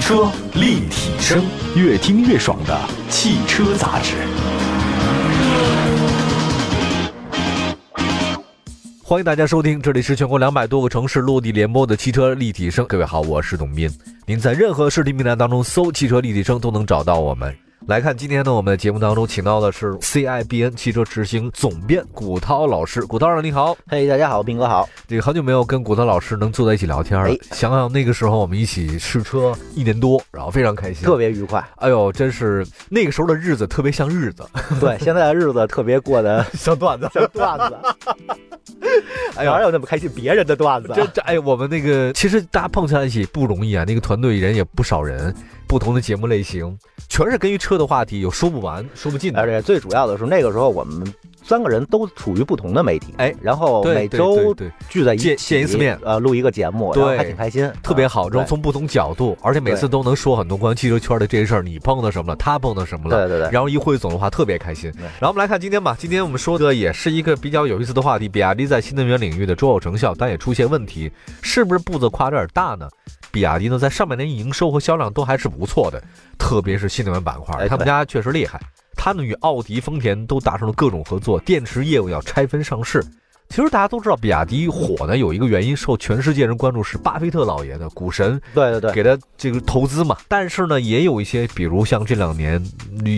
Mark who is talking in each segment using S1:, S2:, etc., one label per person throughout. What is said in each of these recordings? S1: 车立体声，越听越爽的汽车杂志。
S2: 欢迎大家收听，这里是全国两百多个城市落地联播的汽车立体声。各位好，我是董斌。您在任何视听平台当中搜“汽车立体声”都能找到我们。来看今天呢，我们的节目当中请到的是 CIBN 汽车执行总编古涛老师。古涛老师你好，
S3: 嘿、大家好，斌哥好。
S2: 这个很久没有跟古涛老师能坐在一起聊天了
S3: 哎。
S2: 想想那个时候我们一起试车一年多，然后非常开心
S3: 特。别愉快，
S2: 哎呦，真是那个时候的日子特别像日子，
S3: 对，现在的日子特别过得。
S2: 像段子
S3: 像段子，
S2: 哎呦
S3: 哪，有那么开心？别人的段子，啊
S2: 这这哎，我们那个其实大家碰在一起不容易啊，那个团队人也不少人，不同的节目类型，全是根据车的话题，有说不完、说不尽
S3: 而
S2: 的。
S3: 且最主要的是，那个时候我们三个人都处于不同的媒体，
S2: 哎
S3: 然后
S2: 对
S3: 每
S2: 对对
S3: 周
S2: 对，
S3: 聚在一起
S2: 见见一次面
S3: 呃，录一个节目，
S2: 对
S3: 然后还挺开心，
S2: 特别
S3: 啊
S2: 好，然后从不同角度，而且每次都能说很多关于汽车圈的这些事儿，你碰到什么了，他碰到什么了，
S3: 对对对 对，
S2: 然后一汇总的话特别开心。
S3: 对
S2: 然后我们来看今天吧，今天我们说的也是一个比较有意思的话题，比亚迪在新能源领域的卓有成效，但也出现问题，是不是步子跨得有点大呢？比亚迪呢，在上半年营收和销量都还是不错的，特别是新能源板块，
S3: 哎
S2: 他们家确实厉害。他们与奥迪、丰田都达成了各种合作，电池业务要拆分上市。其实大家都知道，比亚迪火呢有一个原因受全世界人关注，是巴菲特老爷的股神
S3: 对对对，
S2: 给他这个投资嘛。但是呢，也有一些，比如像这两年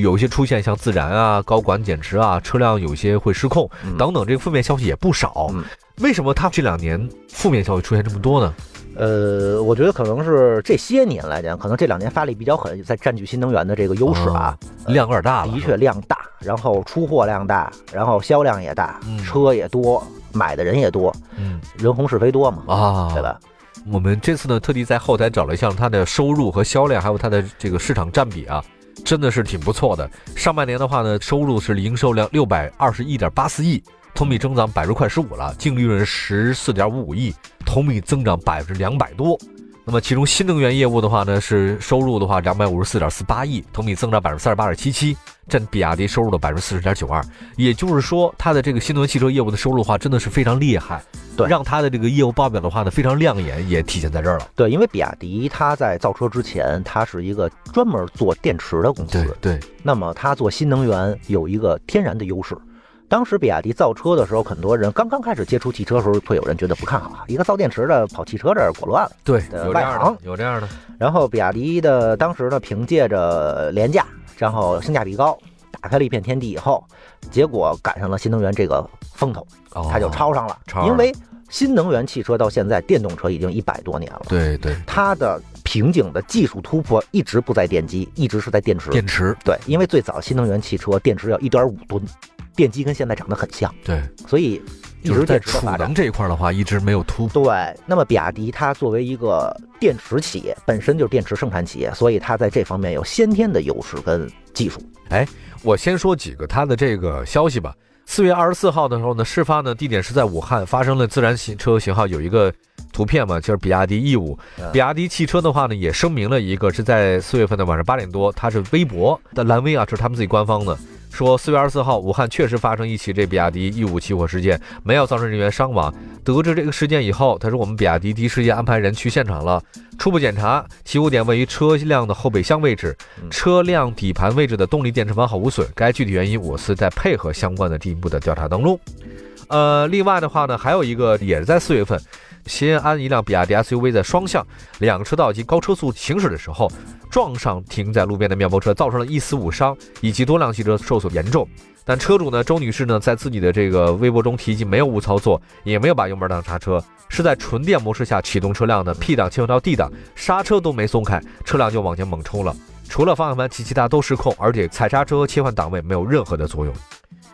S2: 有一些出现像自燃啊、高管减持啊，车辆有些会失控、
S3: 嗯
S2: 等等，这个负面消息也不少。
S3: 嗯
S2: 为什么他这两年负面消息出现这么多呢？
S3: 呃，我觉得可能是这些年来讲，可能这两年发力比较狠，在占据新能源的这个优势啊，呃
S2: 量有点嗯大了，
S3: 的确量大，然后出货量大，然后销量也大，
S2: 嗯
S3: 车也多，买的人也多，
S2: 嗯
S3: 人红是非多嘛，
S2: 啊，
S3: 对吧？
S2: 我们这次呢，特地在后台找了一下它的收入和销量，还有它的这个市场占比啊，真的是挺不错的。上半年的话呢，收入是营收量六百二十一点八四亿，同比增长百分之快十五了，净利润十四点五五亿，同比增长百分之两百多。那么其中新能源业务的话呢，是收入的话两百五十四点四八亿，同比增长百分之三十八点七七，占比亚迪收入的百分之四十点九二。也就是说，它的这个新能源汽车业务的收入的话，真的是非常厉害。
S3: 对
S2: 让它的这个业务报表的话呢，非常亮眼，也体现在这儿了。
S3: 对，因为比亚迪它在造车之前，它是一个专门做电池的公司，
S2: 对，
S3: 那么它做新能源有一个天然的优势。当时比亚迪造车的时候，很多人刚刚开始接触汽车的时候，会有人觉得不看好，啊一个造电池的跑汽车这儿裹乱了。
S2: 对，
S3: 呃
S2: 有这
S3: 外
S2: 样
S3: 行
S2: 的，有这样的，
S3: 然后比亚迪的当时呢，凭借着廉价，然后性价比高，打开了一片天地以后，结果赶上了新能源这个风头，
S2: 哦
S3: 它就。超上了。
S2: 超上了
S3: 因为新能源汽车到现在，电动车已经一百多年了，
S2: 对对，
S3: 它的瓶颈的技术突破一直不在电机，一直是在电池。
S2: 电池，
S3: 对，因为最早新能源汽车电池要一点五吨，电机跟现在长得很像，
S2: 对，
S3: 所以一
S2: 就是
S3: 直
S2: 在
S3: 电池的
S2: 储
S3: 发展
S2: 能。这一块的话，一直没有突破。
S3: 对，那么比亚迪它作为一个电池企业，本身就是电池生产企业，所以它在这方面有先天的优势跟技术。
S2: 我先说几个它的这个消息吧。四月二十四号的时候呢，事发呢地点是在武汉，发生了自燃型车型号有一个图片嘛，就是比亚迪 E 五
S3: 嗯。
S2: 比亚迪汽车的话呢，也声明了一个是在四月份的晚上八点多，它是微博的蓝微啊，这是他们自己官方的。说四月二十四号，武汉确实发生一起这比亚迪 E 五起火事件，没有造成人员伤亡。得知这个事件以后，他说我们比亚迪第一时间安排人去现场了，初步检查，起火点位于车辆的后备箱位置，车辆底盘位置的动力电池盘好无损。该具体原因，我司在配合相关的进一步的调查当中。呃，另外的话呢，还有一个也是在四月份，西安一辆比亚迪 SUV 在双向两车道及高车速行驶的时候，撞上停在路边的面包车，造成了一死五伤，以及多辆汽车受损严重。但车主呢，周女士呢，在自己的这个微博中提及没有误操作，也没有把油门当刹车，是在纯电模式下启动车辆的 P 档切换到 D 档，刹车都没松开，车辆就往前猛冲了。除了方向盘及其他都失控，而且踩刹车、切换档位没有任何的作用。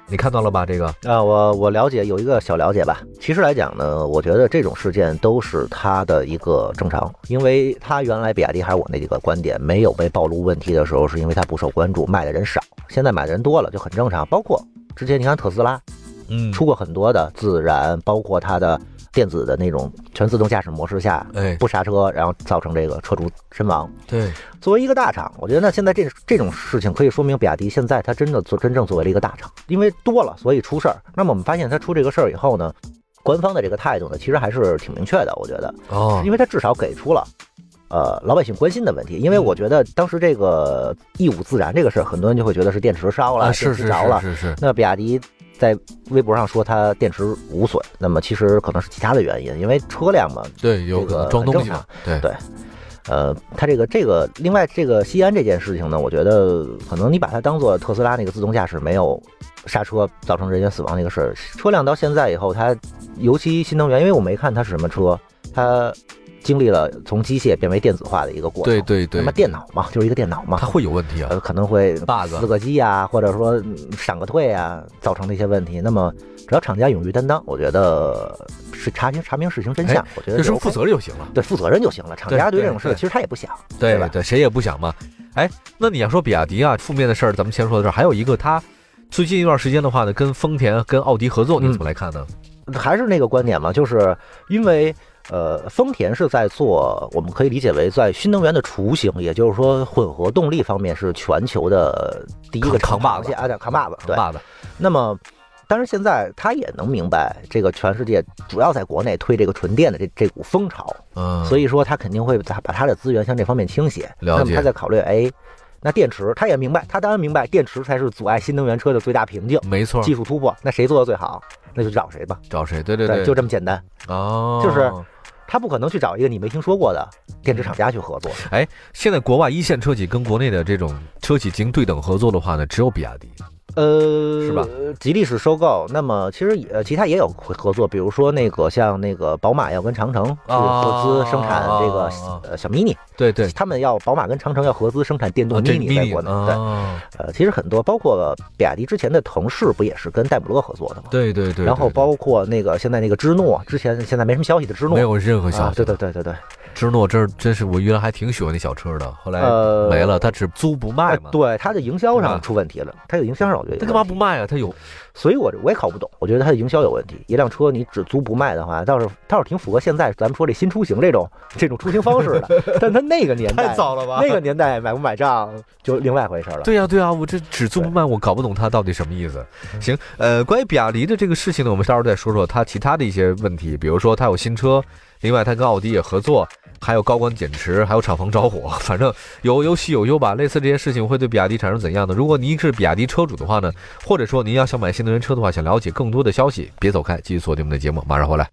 S2: 你看到了吧？这个
S3: 啊，我我了解有一个小了解吧。其实来讲呢，我觉得这种事件都是它的一个正常，因为它原来比亚迪还是我那几个观点，没有被暴露问题的时候，是因为它不受关注，卖的人少，现在买的人多了就很正常。包括之前你看特斯拉
S2: 嗯
S3: 出过很多的自燃，包括它的电子的那种全自动驾驶模式下
S2: 哎，
S3: 不刹车，然后造成这个车主身亡。
S2: 对，
S3: 作为一个大厂，我觉得呢，现在这这种事情可以说明比亚迪现在它真的做真正作为了一个大厂，因为多了所以出事儿。那么我们发现它出这个事儿以后呢，官方的这个态度呢，其实还是挺明确的，我觉得，
S2: 哦
S3: 因，为它至少给出了。呃老百姓关心的问题，因为我觉得当时这个义务自燃这个事儿，很多人就会觉得是电池烧了，
S2: 啊，是
S3: 电
S2: 是
S3: 池着了，
S2: 是是是，
S3: 那比亚迪在微博上说它电池无损，那么其实可能是其他的原因，因为车辆嘛，
S2: 对，有可能装东西嘛，对
S3: 对呃，它这个这个，另外这个西安这件事情呢，我觉得可能你把它当做特斯拉那个自动驾驶没有刹车造成人员死亡那个事儿，车辆到现在以后，它尤其新能源，因为我没看它是什么车，它经历了从机械变为电子化的一个过程，
S2: 对对对
S3: 那么，电脑嘛，就是一个电脑嘛
S2: 它，会有问题啊
S3: 呃，可能会撕
S2: ，bug，
S3: 个机啊，或者说嗯闪个退啊，造成的一些问题。那么只要厂家勇于担当，我觉得是查清查明事情真相，我觉得
S2: 哎就是说
S3: OK
S2: 负责任就行了。
S3: 对负责任就行了。厂
S2: 对
S3: 家对
S2: 对
S3: 这种事
S2: 对
S3: 其实他也不想，
S2: 对
S3: 吧？
S2: 对，谁也不想嘛。哎，那你要说比亚迪啊，负面的事儿，咱们先说到这儿。还有一个，它最近一段时间的话呢，跟丰田、跟奥迪合作，你
S3: 嗯
S2: 怎么来看呢？
S3: 还是那个观点嘛，就是因为呃，丰田是在做，我们可以理解为在新能源的雏形，也就是说混合动力方面是全球的第一个
S2: 扛扛把子
S3: 厂家啊，对扛把子，
S2: 扛
S3: 对。
S2: 把子，
S3: 那么，但是现在他也能明白，这个全世界主要在国内推这个纯电的这这股风潮，
S2: 嗯，
S3: 所
S2: 以
S3: 以说他肯定会把把他的资源向这方面倾斜。
S2: 了解
S3: 那么他在考虑，哎，那电池，他也明白，他当然明白，电池才是阻碍新能源车的最大瓶颈。
S2: 没错，
S3: 技术突破，那谁做的最好，那就找谁吧。
S2: 找谁？对对
S3: 就这么简单。
S2: 哦，
S3: 就是他不可能去找一个你没听说过的电池厂家去合作。
S2: 现在国外一线车企跟国内的这种车企进行对等合作的话呢，只有比亚迪。
S3: 呃，
S2: 嗯是吧？
S3: 吉利是收购，那么其实也呃其他也有合合作，比如说那个像那个宝马要跟长城去合资生产这个、
S2: 啊
S3: 呃小 mini，
S2: 对对，
S3: 他们要宝马跟长城要合资生产电动
S2: 啊这
S3: mini 在
S2: mini
S3: 国内。对，
S2: 啊，
S3: 呃，其实很多包括比亚迪之前的腾势不也是跟戴姆勒合作的吗？
S2: 对对对对，
S3: 然后
S2: 对
S3: 包括那个现在那个芝诺，之前现在没什么消息的芝诺
S2: 没，有任何消
S3: 啊，
S2: 息。
S3: 对对对对对，
S2: 芝诺真是真是我原来还挺喜欢那小车的，后来
S3: 呃
S2: 没了，它只租不卖
S3: 哎
S2: 嘛。
S3: 对它的营销
S2: 对吧
S3: 上出问题了，它的营销上我觉得
S2: 它
S3: 有
S2: 干
S3: 问题
S2: 嘛不卖啊？它有
S3: 所以我我也搞不懂，我觉得它的营销有问题。一辆车你只租不卖的话，倒是倒是挺符合现在咱们说这新出行这种这种出行方式 的。但它那个年代
S2: 了
S3: 那个年代买不买账就另外回事了。
S2: 对呀、对呀、我这只租不卖，我搞不懂它到底什么意思。行，呃，关于比亚迪的这个事情呢，我们到时候再说说它其他的一些问题，比如说它有新车，另外它跟奥迪也合作，还有高管减持，还有厂房着火， 反正有有喜有忧吧。类似这些事情会对比亚迪产生怎样的？如果您是比亚迪车主的话呢，或者说您要想买新能源车的话，想了解更多的消息，别走开，继续锁定我们的节目，马上回来。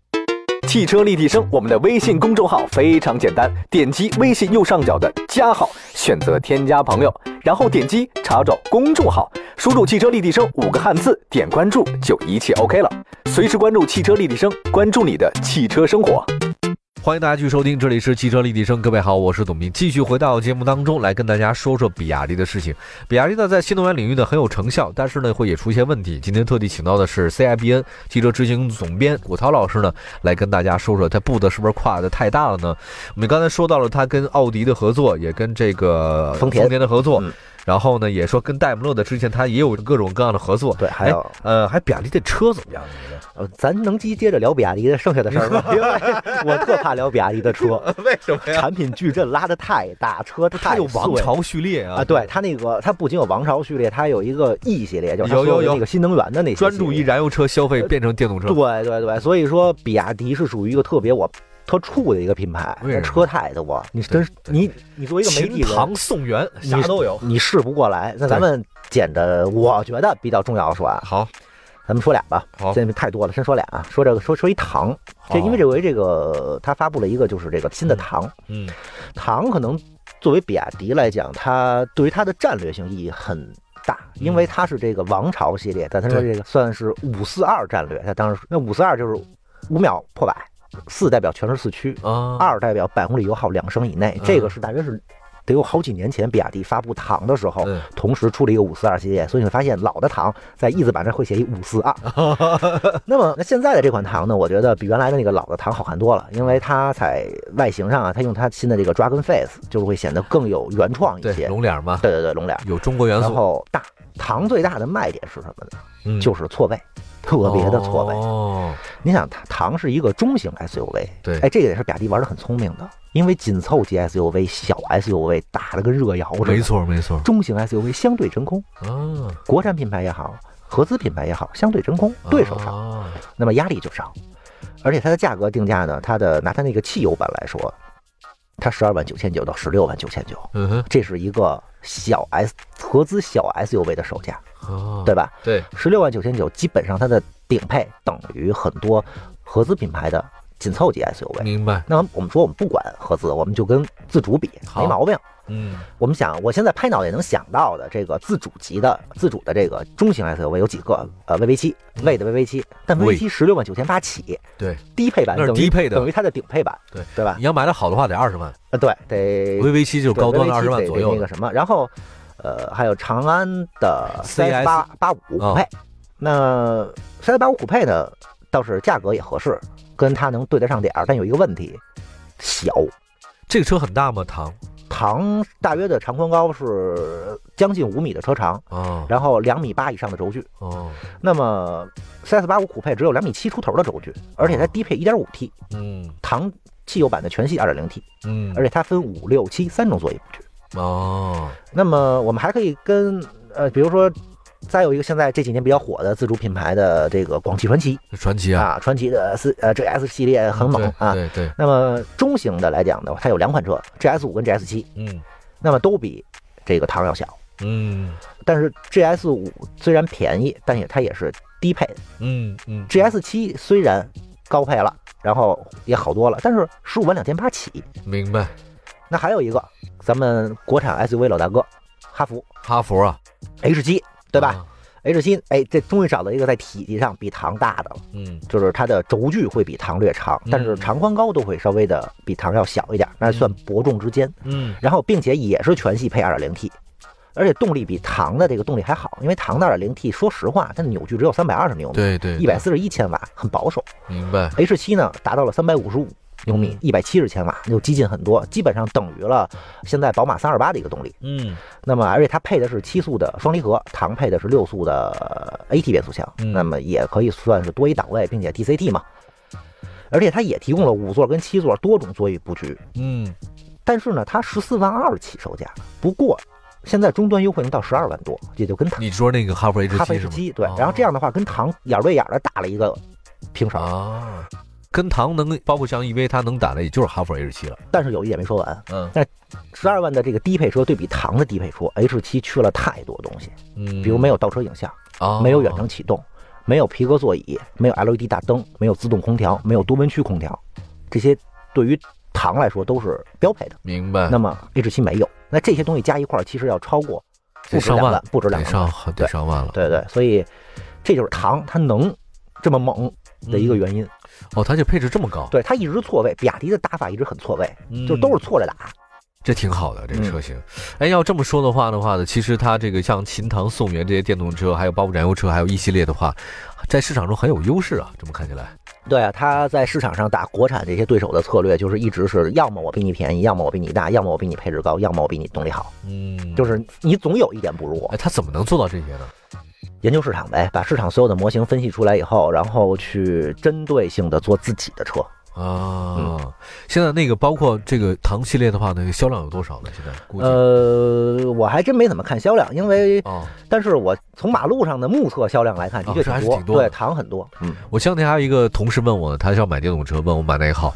S1: 汽车立体声，我们的微信公众号非常简单，点击微信右上角的加号，选择添加朋友，然后点击查找公众号，输入“汽车立体声”五个汉字，点关注就一切 OK 了。随时关注汽车立体声，关注你的汽车生活。
S2: 欢迎大家继续收听，这里是汽车立体声。各位好，我是董斌，继续回到节目当中来跟大家说说比亚迪的事情。比亚迪呢在新能源领域呢很有成效，但是呢会也出现问题。今天特地请到的是 CIBN 汽车执行总编古涛老师呢来跟大家说说他步子是不是跨的太大了呢？我们刚才说到了他跟奥迪的合作，也跟这个
S3: 丰田
S2: 的合作，
S3: 嗯
S2: 然后呢也说跟戴姆勒的之前他也有各种各样的合作。
S3: 对还有
S2: 哎呃还比亚迪这车怎么样？你觉得
S3: 呃咱能接接着聊比亚迪的剩下的事 儿吗？因为我特怕聊比亚迪的车，
S2: 为什么？
S3: 产品矩阵拉的太大，车
S2: 它
S3: 太
S2: 有王
S3: 碎
S2: 朝序列啊
S3: 啊，对它那个它不仅有王朝序列，它有一个 E 系列，就是它
S2: 有有
S3: 所的
S2: 有
S3: 那个新能源的那些
S2: 专注
S3: 系
S2: 于
S3: 列
S2: 燃油车消
S3: 呃
S2: 费变成电动车。
S3: 对对对，所以说比亚迪是属于一个特别我特怵的一个品牌
S2: 为什么，
S3: 车太多，你真是
S2: 对
S3: 你你作为一个媒
S2: 秦
S3: 体人，
S2: 唐宋元
S3: 你
S2: 啥都 有。
S3: 你试不过来。那咱们捡着，我觉得比较重要的说啊，
S2: 好，
S3: 咱们说俩吧，
S2: 好
S3: 现在太多了，先说俩啊，说这个说说一糖，这因为这回这个他发布了一个就是这个新的糖，
S2: 嗯
S3: 糖可能作为比亚迪来讲，它对于它的战略性意义很。大，因为它是这个王朝系列，但它说
S2: 嗯对
S3: 这个算是五四二战略。它当时那五四二就是五秒破百，四代表全是四驱，
S2: 啊
S3: 二代表百公里油耗两升以内
S2: 嗯。
S3: 这个是大约是得有好几年前比亚迪发布唐的时候
S2: 嗯，
S3: 同时出了一个五四二系列，所以你会发现老的唐在翼子板上会写一五 四二。那么那现在的这款唐呢，我觉得比原来的那个老的唐好看多了，因为它在外形上啊，它用它新的这个 Dragon Face 就是会显得更有原创一
S2: 对
S3: 些。
S2: 龙脸嘛，
S3: 对对对，龙脸。
S2: 有中国元
S3: 然
S2: 素，
S3: 后大唐最大的卖点是什么呢？
S2: 嗯
S3: 就是错位，特别的错位。
S2: 哦，
S3: 你想，它唐是一个中型 SUV，
S2: 对
S3: 哎，这个也是比亚迪玩的很聪明的，因为紧凑级 SUV、小 SUV 打的跟热窑似的，
S2: 没，错没错
S3: 中型 SUV 相对真空，
S2: 啊，
S3: 国产品牌也好，合资品牌也好，相对真空，对手少，
S2: 啊
S3: 那么压力就少，而且它的价格定价呢，它的拿它那个汽油版来说。它十二万九千九到十六万九千九，
S2: 嗯哼，
S3: 这是一个小 S 合资小 SUV 的售价，
S2: 哦，
S3: 对吧？
S2: 对，
S3: 十六万九千九基本上它的顶配等于很多合资品牌的紧凑级 SUV。
S2: 明白，
S3: 那我们说我们不管合资，我们就跟自主比，
S2: 好
S3: 没毛病。
S2: 嗯，
S3: 我们想，我现在拍脑袋能想到的这个自主级的、自主的这个中型 SUV 有几个？呃，VV 七，魏的 VV 七，但 VV 七十六万九千八起，
S2: 对，
S3: 低配版
S2: 那是
S3: 等于
S2: 低配的
S3: 等于它的顶配版，
S2: 对
S3: 对吧
S2: 你？要买的好的话得二十万
S3: 呃，对，得
S2: ，VV 七就是
S3: 对
S2: 高端的
S3: VV7
S2: 二十万
S3: 得
S2: 左右
S3: 得那个什么，然后呃，还有长安的
S2: CS
S3: 八八五
S2: 啊
S3: 虎配，那 CS 八五虎配呢，倒是价格也合适，跟它能对得上点儿，但有一个问题，小。
S2: 这个车很大吗？唐
S3: 长大约的长宽高是将近五米的车长，
S2: 哦
S3: 然后两米八以上的轴距。
S2: 哦，
S3: 那么 CS 八五酷配只有两米七出头的轴距，而
S2: 哦
S3: 且它低配一点五 T，
S2: 嗯
S3: 唐汽油版的全系二点零 T，
S2: 嗯，
S3: 而且它分五六七三种座椅布局。
S2: 哦，
S3: 那么我们还可以跟呃，比如说。再有一个，现在这几年比较火的自主品牌的这个广汽传祺
S2: 这传奇啊，
S3: 啊，传祺的 S 呃 GS 系列很猛
S2: 对
S3: 啊。
S2: 对对，
S3: 那么中型的来讲呢，它有两款车，GS 五跟 GS 七，
S2: 嗯
S3: 那么都比这个唐要小。
S2: 嗯
S3: 但是 GS 五虽然便宜，但也它也是低配。
S2: 嗯嗯
S3: GS 七虽然高配了，然后也好多了，但是十五万两千八起。
S2: 明白，
S3: 那还有一个，咱们国产 SUV 老大哥，哈弗
S2: 哈佛啊，
S3: H 七，对吧、
S2: 啊？
S3: h 七，哎，这终于找到一个在体积上比唐大的了，
S2: 嗯，
S3: 就是它的轴距会比唐略长
S2: 嗯，
S3: 但是长宽高都会稍微的比唐要小一点，那算伯仲之间。
S2: 嗯，
S3: 然后并且也是全系配 2.0T，而且动力比唐的这个动力还好，因为唐的 2.0T 说实话，它的扭矩只有320牛米，
S2: 对对，
S3: 一百四十一千瓦，很保守。
S2: 对，明白，
S3: H 7呢达到了355牛
S2: 嗯
S3: 米，一百七十千瓦，又激进很多，基本上等于了现在宝马328的一个动力。
S2: 嗯
S3: 那么而且它配的是七速的双离合，唐配的是六速的呃 AT 变速箱，
S2: 嗯
S3: 那么也可以算是多一档位，并且 DCT 嘛。而且它也提供了五座跟七座多种座椅布局，
S2: 嗯，
S3: 但是呢，它十四万二起售价，不过现在终端优惠能到十二万多，也就跟唐
S2: 你说那个哈佛 H
S3: 咖啡
S2: 七
S3: 时
S2: 是吗？
S3: 机对
S2: 哦，
S3: 然后这样的话跟唐眼儿对眼儿的打了一个平手，
S2: 啊，跟唐能包括像 EV，它能打的也就是哈佛 H 七了。
S3: 但是有一点没说完，
S2: 嗯
S3: 十二万的这个低配车对比唐的低配车 H 七缺了太多东西，
S2: 嗯，
S3: 比如没有倒车影像，
S2: 啊，
S3: 没有远程启动，没有皮革座椅，没有 LED 大灯，没有自动空调，没有多温区空调，这些对于唐来说都是标配的。
S2: 明白，
S3: 那么 H 七没有，那这些东西加一块儿，其实要超过不
S2: 得
S3: 止
S2: 上
S3: 两
S2: 万
S3: 万，，不止
S2: 得
S3: 两万。
S2: 上得
S3: 对
S2: 上万了。
S3: 对对，所以这就是唐它能这么猛的一个原因。
S2: 哦，它这配置这么高，
S3: 对，它一直错位，比亚迪的打法一直很错位，
S2: 嗯
S3: 就都是错着打。
S2: 这挺好的这个
S3: 嗯
S2: 车型。哎，要这么说的话的话呢，其实它这个像秦唐、宋元这些电动车，还有包括燃油车，还有一系列的话，在市场中很有优势啊。这么看起来，
S3: 对啊，它在市场上打国产这些对手的策略，就是一直是要么我比你便宜，要么我比你大，要么我比你配置高，要么我比你动力好，
S2: 嗯，
S3: 就是是你总有一点不如我
S2: 哎，。它怎么能做到这些呢？
S3: 研究市场呗，把市场所有的模型分析出来以后，然后去针对性的做自己的车。
S2: 啊，
S3: 嗯
S2: 现在那个包括这个唐系列的话呢，销量有多少呢？现在估计、
S3: 呃，我还真没怎么看销量，因为
S2: 哦，
S3: 但是我从马路上的目测销量来看，的确
S2: 哦这还是
S3: 挺多，
S2: 挺多的
S3: 对，糖很多，嗯，
S2: 我前两天还有一个同事问我，他要买电动车，问我买哪个好，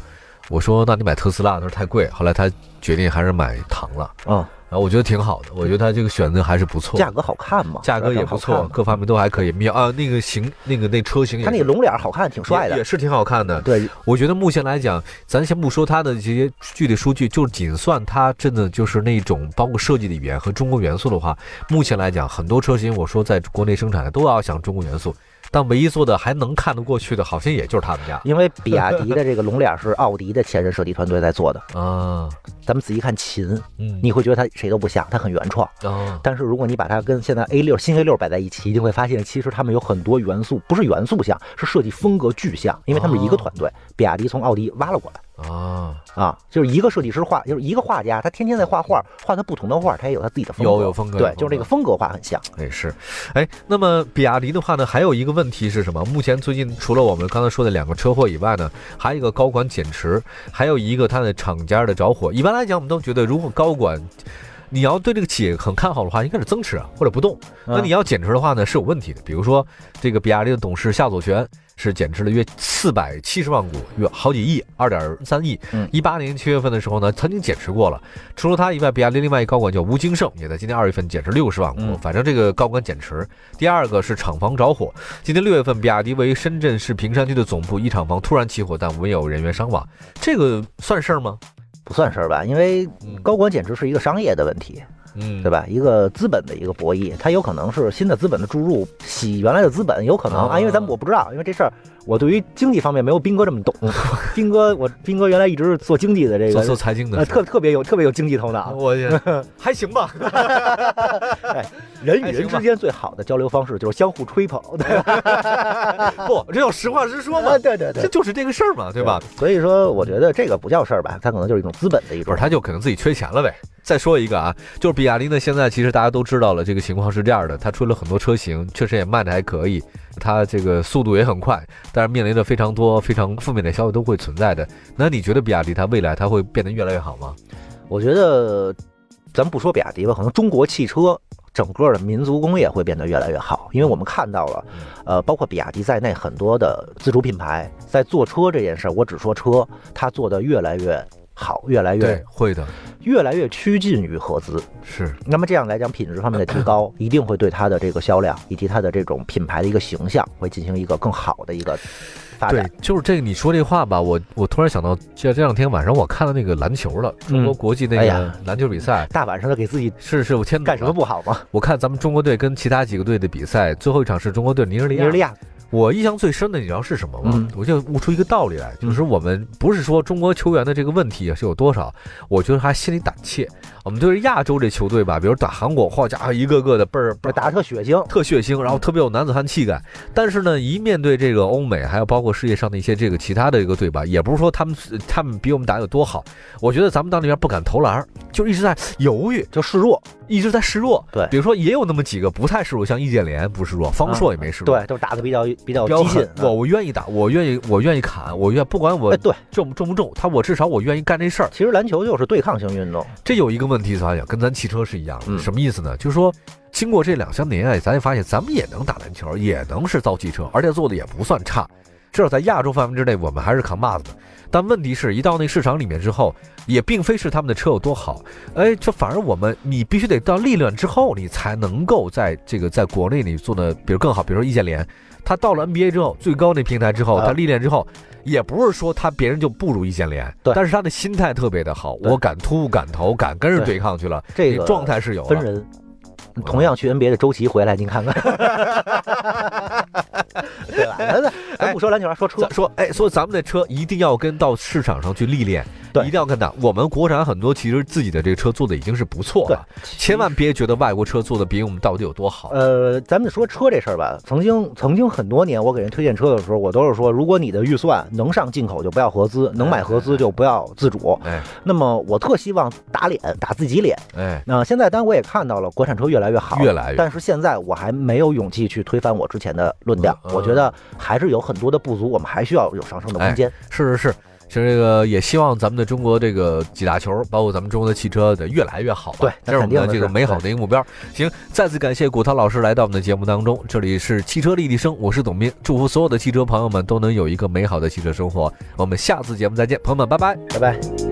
S2: 我说那你买特斯拉，他说太贵，后来他决定还是买唐了。
S3: 啊、
S2: 然后我觉得挺好的，我觉得他这个选择还是不错，
S3: 价格好看嘛，
S2: 价格也不
S3: 好
S2: 错，
S3: 看嘛
S2: 各方面都还可以。妙啊，那个型，那个那车型也
S3: 它
S2: 是，
S3: 那个龙脸儿好看，挺帅
S2: 也也
S3: 的。
S2: 是挺好看的。
S3: 对，
S2: 我觉得目前来讲，咱先不说它的这些具体数据，就仅算它真的就是那种包括设计的语言和中国元素的话，目前来讲，很多车型我说在国内生产的都要想中国元素，但唯一做的还能看得过去的，好像也就是他们家
S3: 因为比亚迪的这个龙脸儿是奥迪的前任设计团队在做的。
S2: 啊。
S3: 咱们仔细看秦，
S2: 嗯，
S3: 你会觉得它谁都不像，它很原创。
S2: 啊，
S3: 但是如果你把它跟现在 A 六新 A 六摆在一起，一定会发现其实它们有很多元素，不是元素像，是设计风格具象，因为他们是
S2: 哦
S3: 一个团队，比亚迪从奥迪挖了过来。
S2: 啊，
S3: 啊，就是一个设计师画，就是一个画家，他天天在画画，画他不同的画，他也有他自己的风格，
S2: 有有风格有
S3: 对，
S2: 风
S3: 就是这
S2: 格
S3: 个风格画很像。
S2: 也是，哎，那么比亚迪的话呢，还有一个问题是什么？目前最近除了我们刚才说的两个车祸以外呢，还有一个高管减持，还有一个它的厂家的着火。一般来讲，我们都觉得如果高管你要对这个企业很看好的话，应该是增持啊，或者不动。
S3: 嗯
S2: 那你要减持的话呢，是有问题的。比如说，这个比亚迪的董事夏佐权是减持了约四百七十万股，约好几亿，二点三亿
S3: 嗯。
S2: 一八年七月份的时候呢，曾经减持过了。除了他以外，比亚迪另外一高管叫吴金胜，也在今年二月份减持六十万股
S3: 嗯。
S2: 反正这个高管减持。第二个是厂房着火，今年六月份，比亚迪位于深圳市坪山区的总部一厂房突然起火，但没有人员伤亡，这个算事儿吗？
S3: 不算事儿吧，因为
S2: 嗯
S3: 高管减持是一个商业的问题，
S2: 嗯
S3: 对吧？一个资本的一个博弈，它有可能是新的资本的注入洗原来的资本，有可能
S2: 啊
S3: 啊，因为咱们我不知道，因为这事儿我对于经济方面没有斌哥 这么懂。斌哥，我斌哥原来一直是做经济的这
S2: 做做哦
S3: 个，
S2: 财经的
S3: 呃，特特别有特别有经济头脑。
S2: 我也啊 还行 吧。
S3: 人
S2: 还
S3: 与
S2: 行
S3: 人
S2: 吧
S3: 之间最好的交流方式就是相互吹捧，对吧？
S2: 不，这叫实话实说嘛，
S3: 对 对
S2: 这
S3: 对，
S2: 就是这个事儿嘛，对吧？？
S3: 所以说，我觉得这个不叫事儿吧，它可能就是一种资本的一
S2: 不
S3: 种
S2: 是，。他就可能自己缺钱了呗。再说一个啊，就是比亚迪呢，现在其实大家都知道了，这个情况是这样的，它出了很多车型，确实也卖的还可以，它这个速度也很快，但是面临着非常多非常负面的消息都会存在的。那你觉得比亚迪它未来它会变得越来越好吗？
S3: 我觉得，咱不说比亚迪吧，可能中国汽车整个的民族工业会变得越来越好，因为我们看到了，
S2: 嗯
S3: 呃，包括比亚迪在内很多的自主品牌在做车这件事儿，我只说车，它做的越来越好，越来越
S2: 对，会的，
S3: 越来越趋近于合资。
S2: 是，
S3: 那么这样来讲，品质方面的提高，一定会对它的这个销量以及它的这种品牌的一个形象，会进行一个更好的一个发
S2: 对
S3: 展。，
S2: 就是这个你说这话吧，我我突然想到，这这两天晚上我看了那个篮球了，中国
S3: 嗯
S2: 国际那
S3: 哎
S2: 个
S3: 呀
S2: 篮球比赛，
S3: 大晚上的给自己
S2: 是是，我天，
S3: 干什么？不好吗？
S2: 我看咱们中国队跟其他几个队的比赛，最后一场是中国对尼日利
S3: 尼
S2: 亚。
S3: 日利亚
S2: 我印象最深的，你知道是什么吗？
S3: 嗯
S2: 我就悟出一个道理来，就是我们不是说中国球员的这个问题啊是有多少，我觉得还心里胆怯。我们对于亚洲这球队吧，比如打韩国，好家伙，一个个的倍儿倍
S3: 不
S2: 儿
S3: 是达特血腥，
S2: 特血腥，然后特别有男子汉气概。但是呢，一面对这个欧美，还有包括世界上的一些这个其他的一个队吧，也不是说他们是他们比我们打得有多好，我觉得咱们到那边不敢投篮儿，就一直在犹豫，
S3: 就示弱，
S2: 一直在示弱。
S3: 对
S2: 比如说也有那么几个不太示弱，像易建联不示弱，方硕也没示弱。
S3: 啊对，就是打的比较比较
S2: 比较
S3: 激
S2: 狠啊
S3: 进。啊
S2: 我我愿意打，我愿意，我愿意砍，我愿不管我
S3: 哎，对，
S2: 中中不中，他我至少我愿意干这事儿。
S3: 其实篮球就是对抗性运动，
S2: 这有一个问题，咱俩跟咱汽车是一样的，
S3: 嗯
S2: 什么意思呢？就是说，经过这两三年，哎，咱也发现咱们也能打篮球，也能是造汽车，而且做的也不算差，至少在亚洲范围之内，我们还是扛把子的。但问题是，一到那市场里面之后，也并非是他们的车有多好，哎，这反而我们你必须得到历练之后，你才能够在这个在国内你做的，比如更好，比如说易建联，他到了 NBA 之后，最高那平台之后，
S3: 啊
S2: 他历练之后，也不是说他别人就不如易建联，
S3: 对
S2: 但是他的心态特别的好，
S3: 对
S2: 我敢突敢投，敢跟人
S3: 对
S2: 对抗去了，
S3: 这个
S2: 状态是有
S3: 分
S2: 了。
S3: 人。同样去 NBA 的周琦回来，您 看看，对吧？咱咱不说篮球，说车
S2: 哎咱，说，哎，说咱们的车一定要跟到市场上去历练，
S3: 对
S2: 一定要跟到。我们国产很多其实自己的这个车做的已经是不错
S3: 对
S2: 了，，千万别觉得外国车做的比我们到底有多好。
S3: 呃，咱们说车这事儿吧，曾经曾经很多年，我给人推荐车的时候，我都是说，如果你的预算能上进口就不要合资，能买合资就不要自主。
S2: 哎
S3: 那么我特希望打脸，打自己脸。
S2: 哎，
S3: 那、现在，当然我也看到了，国产车越来越好，
S2: 越来越
S3: 但是现在我还没有勇气去推翻我之前的论调，
S2: 嗯嗯
S3: 我觉得还是有很多的不足，我们还需要有上升的空间。
S2: 是是是。其实这个也希望咱们的中国这个几大球，包括咱们中国的汽车得越来越好吧。
S3: 对
S2: 这是我们
S3: 那
S2: 的
S3: 肯定的
S2: 这个
S3: 是
S2: 美好的一个目标。行，再次感谢古涛老师来到我们的节目当中，这里是汽车立体声，我是董斌，祝福所有的汽车朋友们都能有一个美好的汽车生活。我们下次节目再见，朋友们，拜拜。
S3: 拜拜。